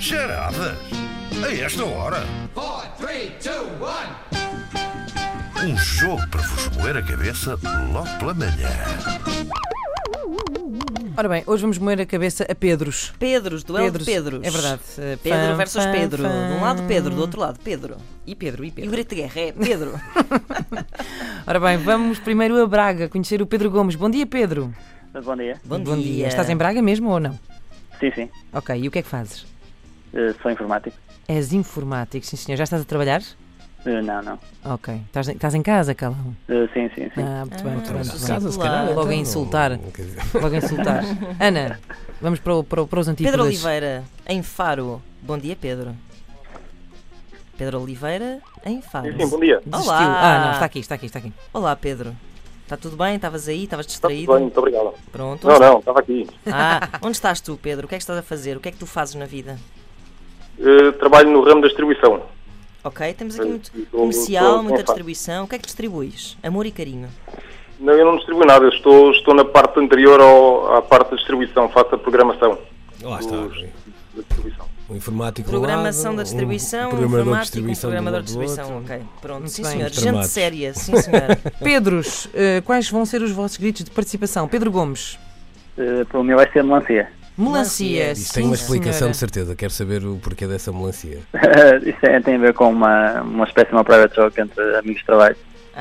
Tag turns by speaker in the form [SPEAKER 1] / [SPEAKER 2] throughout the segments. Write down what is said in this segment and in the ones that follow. [SPEAKER 1] Charadas? A esta hora?
[SPEAKER 2] Four, three, two, one.
[SPEAKER 1] Um jogo para vos moer a cabeça logo pela manhã.
[SPEAKER 3] Ora bem, hoje vamos moer a cabeça a Pedros.
[SPEAKER 4] Pedros, duelo de Pedros.
[SPEAKER 3] É verdade. Eh,
[SPEAKER 4] Pedro
[SPEAKER 3] pam,
[SPEAKER 4] versus
[SPEAKER 3] pam,
[SPEAKER 4] Pedro.
[SPEAKER 3] pam.
[SPEAKER 4] De um lado Pedro, do outro lado Pedro.
[SPEAKER 3] E Pedro, e
[SPEAKER 4] E o
[SPEAKER 3] Pedro.
[SPEAKER 4] grito de guerra é Pedro.
[SPEAKER 3] Ora bem, vamos primeiro a Braga conhecer o Pedro Gomes. Bom dia, Pedro.
[SPEAKER 5] Bom dia.
[SPEAKER 4] Bom, dia.
[SPEAKER 3] Estás em Braga mesmo ou não?
[SPEAKER 5] Sim, sim.
[SPEAKER 3] Ok, e o que é que fazes?
[SPEAKER 5] Eh, sou informático.
[SPEAKER 3] És informático, sim senhor. Já estás a trabalhar?
[SPEAKER 5] Eh, não, não.
[SPEAKER 3] Ok. Estás, estás em casa, Calão?
[SPEAKER 5] Eh, sim, sim, sim.
[SPEAKER 3] Ah, muito bem, muito bem. muito bem.
[SPEAKER 4] sossegado. se calhar,
[SPEAKER 3] Logo a insultar. Logo a insultar. Ana, vamos para, o, para, o- para os antípodas.
[SPEAKER 4] Pedro Oliveira, em Faro. Bom dia, Pedro. Pedro Oliveira, em Faro.
[SPEAKER 6] Sim, bom dia.
[SPEAKER 3] Desistiu.
[SPEAKER 4] Olá.
[SPEAKER 3] Ah, não, está aqui, está aqui, está aqui.
[SPEAKER 4] Olá, Pedro. Está tudo bem? Estavas aí? Estavas
[SPEAKER 6] Está tudo
[SPEAKER 4] distraído?
[SPEAKER 6] bem, muito obrigado.
[SPEAKER 4] Pronto.
[SPEAKER 6] Não, não, estava aqui.
[SPEAKER 4] Ah, onde estás tu, Pedro? O que é que estás a fazer? O que é que tu fazes na vida?
[SPEAKER 6] Eh, trabalho no ramo da distribuição.
[SPEAKER 4] Ok, temos aqui
[SPEAKER 6] Eu
[SPEAKER 4] muito
[SPEAKER 6] estou-
[SPEAKER 4] comercial,
[SPEAKER 6] estou-
[SPEAKER 4] muita
[SPEAKER 6] estou-
[SPEAKER 4] distribuição. O que é que distribuís? Amor e carinho.
[SPEAKER 6] Não, eu não distribuo nada, eu estou, estou na parte anterior ao- à parte da distribuição, faço a programação
[SPEAKER 7] Lá está.
[SPEAKER 6] dos, da distribuição.
[SPEAKER 7] Um informático de um
[SPEAKER 4] Programação
[SPEAKER 7] lado,
[SPEAKER 4] da distribuição,
[SPEAKER 7] um
[SPEAKER 4] informático,
[SPEAKER 7] programador de
[SPEAKER 4] um
[SPEAKER 7] distribuição,
[SPEAKER 4] programador de
[SPEAKER 7] do lado do
[SPEAKER 4] distribuição.
[SPEAKER 7] outro.
[SPEAKER 4] Ok, pronto. sim,
[SPEAKER 3] bem.
[SPEAKER 4] senhor. Gente
[SPEAKER 7] Tramados.
[SPEAKER 4] séria, sim, senhor.
[SPEAKER 3] Pedros, eh, quais vão ser os vossos gritos de participação? Pedro Gomes.
[SPEAKER 5] Eh, pelo meu vai ser melancia.
[SPEAKER 3] Melancia.
[SPEAKER 7] Isto
[SPEAKER 3] sim,
[SPEAKER 7] tem uma explicação
[SPEAKER 3] senhora.
[SPEAKER 7] de certeza, quero saber o porquê dessa melancia.
[SPEAKER 5] Isso é- tem a ver com uma, uma espécie de uma private joke entre amigos de trabalho.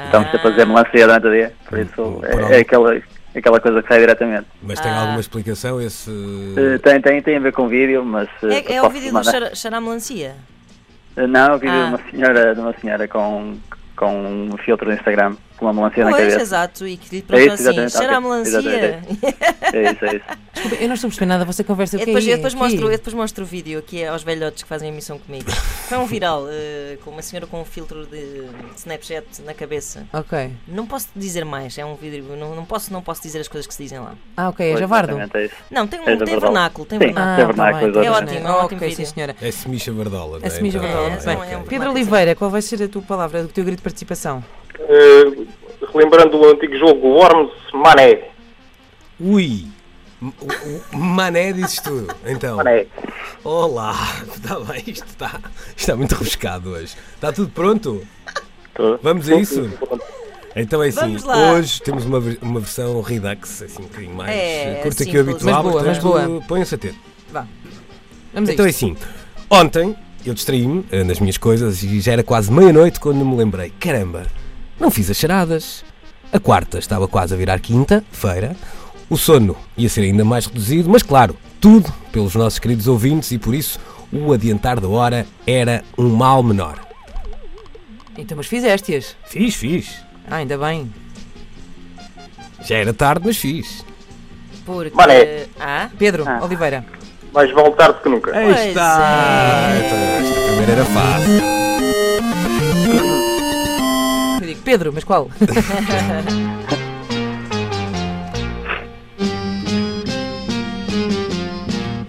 [SPEAKER 5] Estamos sempre a fazer
[SPEAKER 4] Ah.
[SPEAKER 5] melancia durante o dia. Por isso
[SPEAKER 7] Por algo.
[SPEAKER 5] é, é aquela, aquela coisa que sai diretamente.
[SPEAKER 7] Mas tem
[SPEAKER 4] Ah.
[SPEAKER 7] alguma explicação esse.
[SPEAKER 5] Eh, tem, tem, tem a ver com vídeo, mas. eh,
[SPEAKER 4] É, é o
[SPEAKER 5] posso
[SPEAKER 4] vídeo do
[SPEAKER 5] mandar?
[SPEAKER 4] Xara- Xaramelancia?
[SPEAKER 5] Eh, Não, o vídeo
[SPEAKER 4] Ah.
[SPEAKER 5] de uma senhora, de uma senhora com, com um filtro do Instagram, com uma melancia na
[SPEAKER 4] Pois,
[SPEAKER 5] cabeça. É
[SPEAKER 4] exato, e que lhe perguntou
[SPEAKER 5] isso,
[SPEAKER 4] assim,
[SPEAKER 5] exatamente, ok,
[SPEAKER 4] Xaramelancia?
[SPEAKER 5] exatamente, É isso, é isso.
[SPEAKER 3] Desculpa, Eu não estou a perceber nada da vossa conversa. o
[SPEAKER 4] Eu
[SPEAKER 3] que
[SPEAKER 4] depois,
[SPEAKER 3] é?
[SPEAKER 4] eu, depois
[SPEAKER 3] Que
[SPEAKER 4] mostro, eu
[SPEAKER 3] é?
[SPEAKER 4] depois mostro o vídeo aqui aos velhotes que fazem a emissão comigo. Foi um viral, eh, com uma senhora com um filtro de Snapchat na cabeça.
[SPEAKER 3] Ok.
[SPEAKER 4] Não posso dizer mais, é um vídeo, não, não, posso, não posso dizer as coisas que se dizem lá.
[SPEAKER 3] Ah, ok, é
[SPEAKER 5] Pois,
[SPEAKER 3] Javardo.
[SPEAKER 5] exatamente, é isso.
[SPEAKER 4] Não, tem, um,
[SPEAKER 5] É
[SPEAKER 4] tem
[SPEAKER 5] da verdade.
[SPEAKER 4] vernáculo, tem
[SPEAKER 5] Sim.
[SPEAKER 4] vernáculo.
[SPEAKER 3] Ah,
[SPEAKER 5] É vernáculo,
[SPEAKER 3] tá bem.
[SPEAKER 5] é
[SPEAKER 4] ótimo, é um ótimo
[SPEAKER 3] ok, sim,
[SPEAKER 4] vídeo.
[SPEAKER 3] senhora.
[SPEAKER 7] É semicha Vardola. não
[SPEAKER 3] A semija
[SPEAKER 7] Então,
[SPEAKER 3] verdola.
[SPEAKER 4] é,
[SPEAKER 3] Bem,
[SPEAKER 4] não é um
[SPEAKER 3] Pedro
[SPEAKER 4] formato
[SPEAKER 3] Oliveira, qual vai ser a tua palavra, o teu grito de participação?
[SPEAKER 6] Eh, relembrando o antigo jogo Worms Mané.
[SPEAKER 7] Ui! M- o- o Mané dizes tudo. Então.
[SPEAKER 6] Mané.
[SPEAKER 7] Olá! Está bem, isto está, isto está muito rebuscado hoje. Está tudo pronto?
[SPEAKER 6] Tudo.
[SPEAKER 7] Vamos a isso? Então é assim,
[SPEAKER 4] Vamos lá.
[SPEAKER 7] hoje temos uma, ver- uma versão Redux, assim um bocadinho mais
[SPEAKER 4] É,
[SPEAKER 7] eh, curta
[SPEAKER 4] simples.
[SPEAKER 7] que o
[SPEAKER 3] Mas
[SPEAKER 7] habitual.
[SPEAKER 3] boa, mas
[SPEAKER 7] portanto,
[SPEAKER 3] boa.
[SPEAKER 7] Põem-se a ter.
[SPEAKER 3] Vá. Vamos a
[SPEAKER 7] Então é
[SPEAKER 3] isto.
[SPEAKER 7] assim, ontem eu distraí-me eh, nas minhas coisas e já era quase meia-noite quando me lembrei: caramba, não fiz as charadas. A quarta estava quase a virar quinta-feira, o sono ia ser ainda mais reduzido, mas claro, tudo pelos nossos queridos ouvintes e por isso o adiantar da hora era um mal menor.
[SPEAKER 3] Então, mas fizeste-as.
[SPEAKER 7] Fiz, fiz.
[SPEAKER 3] Ah, ainda bem.
[SPEAKER 7] Já era tarde, mas fiz.
[SPEAKER 4] Porque...
[SPEAKER 6] Mané.
[SPEAKER 4] Ah,
[SPEAKER 3] Pedro Oliveira.
[SPEAKER 6] Mais vale tarde que nunca.
[SPEAKER 7] Aí
[SPEAKER 4] Pois
[SPEAKER 7] está! Então, Esta primeira era fácil.
[SPEAKER 3] Eu digo, Pedro, mas qual?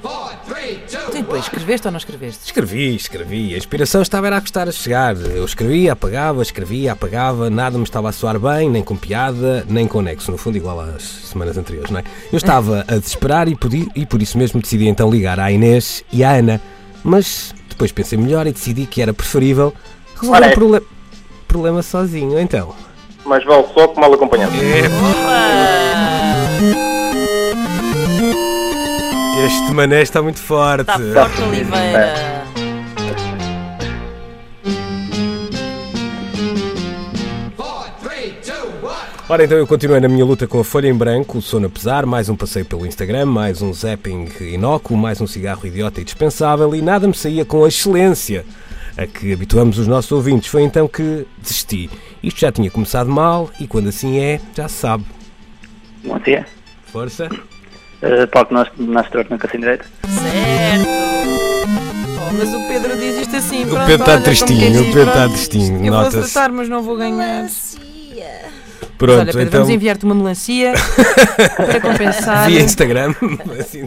[SPEAKER 2] Four, three, two,
[SPEAKER 3] Tu depois escreveste ou não escreveste?
[SPEAKER 7] Escrevi, escrevi. A inspiração estava era a custar a chegar. Eu escrevia, apagava, escrevia, apagava. Nada me estava a soar bem, nem com piada, nem com nexo. No fundo, igual às semanas anteriores, não é? Eu estava a desesperar e, podi- e por isso mesmo decidi então ligar à Inês e à Ana. Mas depois pensei melhor e decidi que era preferível resolver o
[SPEAKER 6] Olha.
[SPEAKER 7] prole- problema sozinho. Então.
[SPEAKER 6] Mais vale só que mal acompanhado.
[SPEAKER 7] É. Este mané está muito forte.
[SPEAKER 4] está Tá forte Oliveira.
[SPEAKER 2] four, three, two, one.
[SPEAKER 7] Ora, então eu continuei na minha luta com a folha em branco, o sono a pesar, mais um passeio pelo Instagram, mais um zapping inócuo, mais um cigarro idiota e dispensável e nada me saía com a excelência a que habituamos os nossos ouvintes. Foi então que desisti. Isto já tinha começado mal e quando assim é, já se sabe.
[SPEAKER 5] Melancia.
[SPEAKER 7] Força.
[SPEAKER 5] Uh, palco nós, nós torto nunca assim direito.
[SPEAKER 3] Oh, mas o Pedro diz isto assim.
[SPEAKER 7] O
[SPEAKER 3] pronto,
[SPEAKER 7] Pedro está
[SPEAKER 3] olha, como
[SPEAKER 7] tristinho,
[SPEAKER 3] quem
[SPEAKER 7] o
[SPEAKER 3] diz,
[SPEAKER 7] Pedro está
[SPEAKER 3] pronto,
[SPEAKER 7] tristinho,
[SPEAKER 3] Eu vou
[SPEAKER 7] nota-se.
[SPEAKER 3] acertar, mas não vou ganhar.
[SPEAKER 7] Pronto,
[SPEAKER 3] Olha, Pedro,
[SPEAKER 7] então
[SPEAKER 3] vamos enviar-te uma melancia para compensar.
[SPEAKER 7] via Instagram, assim,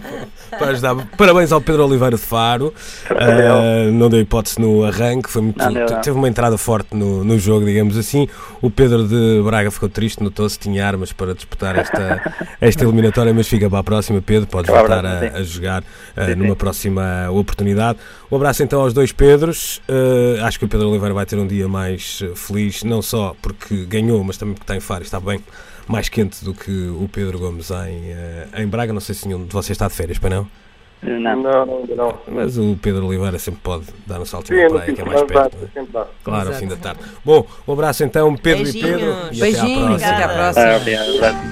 [SPEAKER 7] para ajudar. Parabéns ao Pedro Oliveira de Faro. Ah, não deu hipótese no arranque, foi muito,
[SPEAKER 5] Não deu, não.
[SPEAKER 7] teve uma entrada forte no, no jogo, digamos assim. O Pedro de Braga ficou triste, notou-se que tinha armas para disputar esta, esta
[SPEAKER 5] Um
[SPEAKER 7] eliminatória, mas fica para a próxima, Pedro. Podes
[SPEAKER 5] Para a
[SPEAKER 7] voltar a,
[SPEAKER 5] próxima, sim.
[SPEAKER 7] a jogar ah,
[SPEAKER 5] Sim, sim.
[SPEAKER 7] numa próxima oportunidade. Um abraço então aos dois Pedros. Eh, acho que o Pedro Oliveira vai ter um dia mais eh, feliz, não só porque ganhou, mas também porque está em Faro e está bem mais quente do que o Pedro Gomes em, eh, em Braga. Não sei se nenhum de vocês está de férias, para não.
[SPEAKER 5] Eh, Não.
[SPEAKER 6] não, ainda não.
[SPEAKER 7] Mas o Pedro Oliveira sempre pode dar um salto
[SPEAKER 6] Sim,
[SPEAKER 7] na
[SPEAKER 6] no
[SPEAKER 7] praia,
[SPEAKER 6] fim
[SPEAKER 7] que é
[SPEAKER 6] de
[SPEAKER 7] mais
[SPEAKER 6] semana dá,
[SPEAKER 7] perto. não é?
[SPEAKER 6] sempre dá.
[SPEAKER 7] Claro, ao
[SPEAKER 3] Exato.
[SPEAKER 7] fim da tarde. Bom, um abraço então, Pedro e
[SPEAKER 4] Beijinhos.
[SPEAKER 7] Pedro. E até à
[SPEAKER 3] Beijinhos, até
[SPEAKER 7] próxima.
[SPEAKER 3] à
[SPEAKER 4] Obrigada.
[SPEAKER 3] próxima.
[SPEAKER 5] Ah, obrigado. obrigado.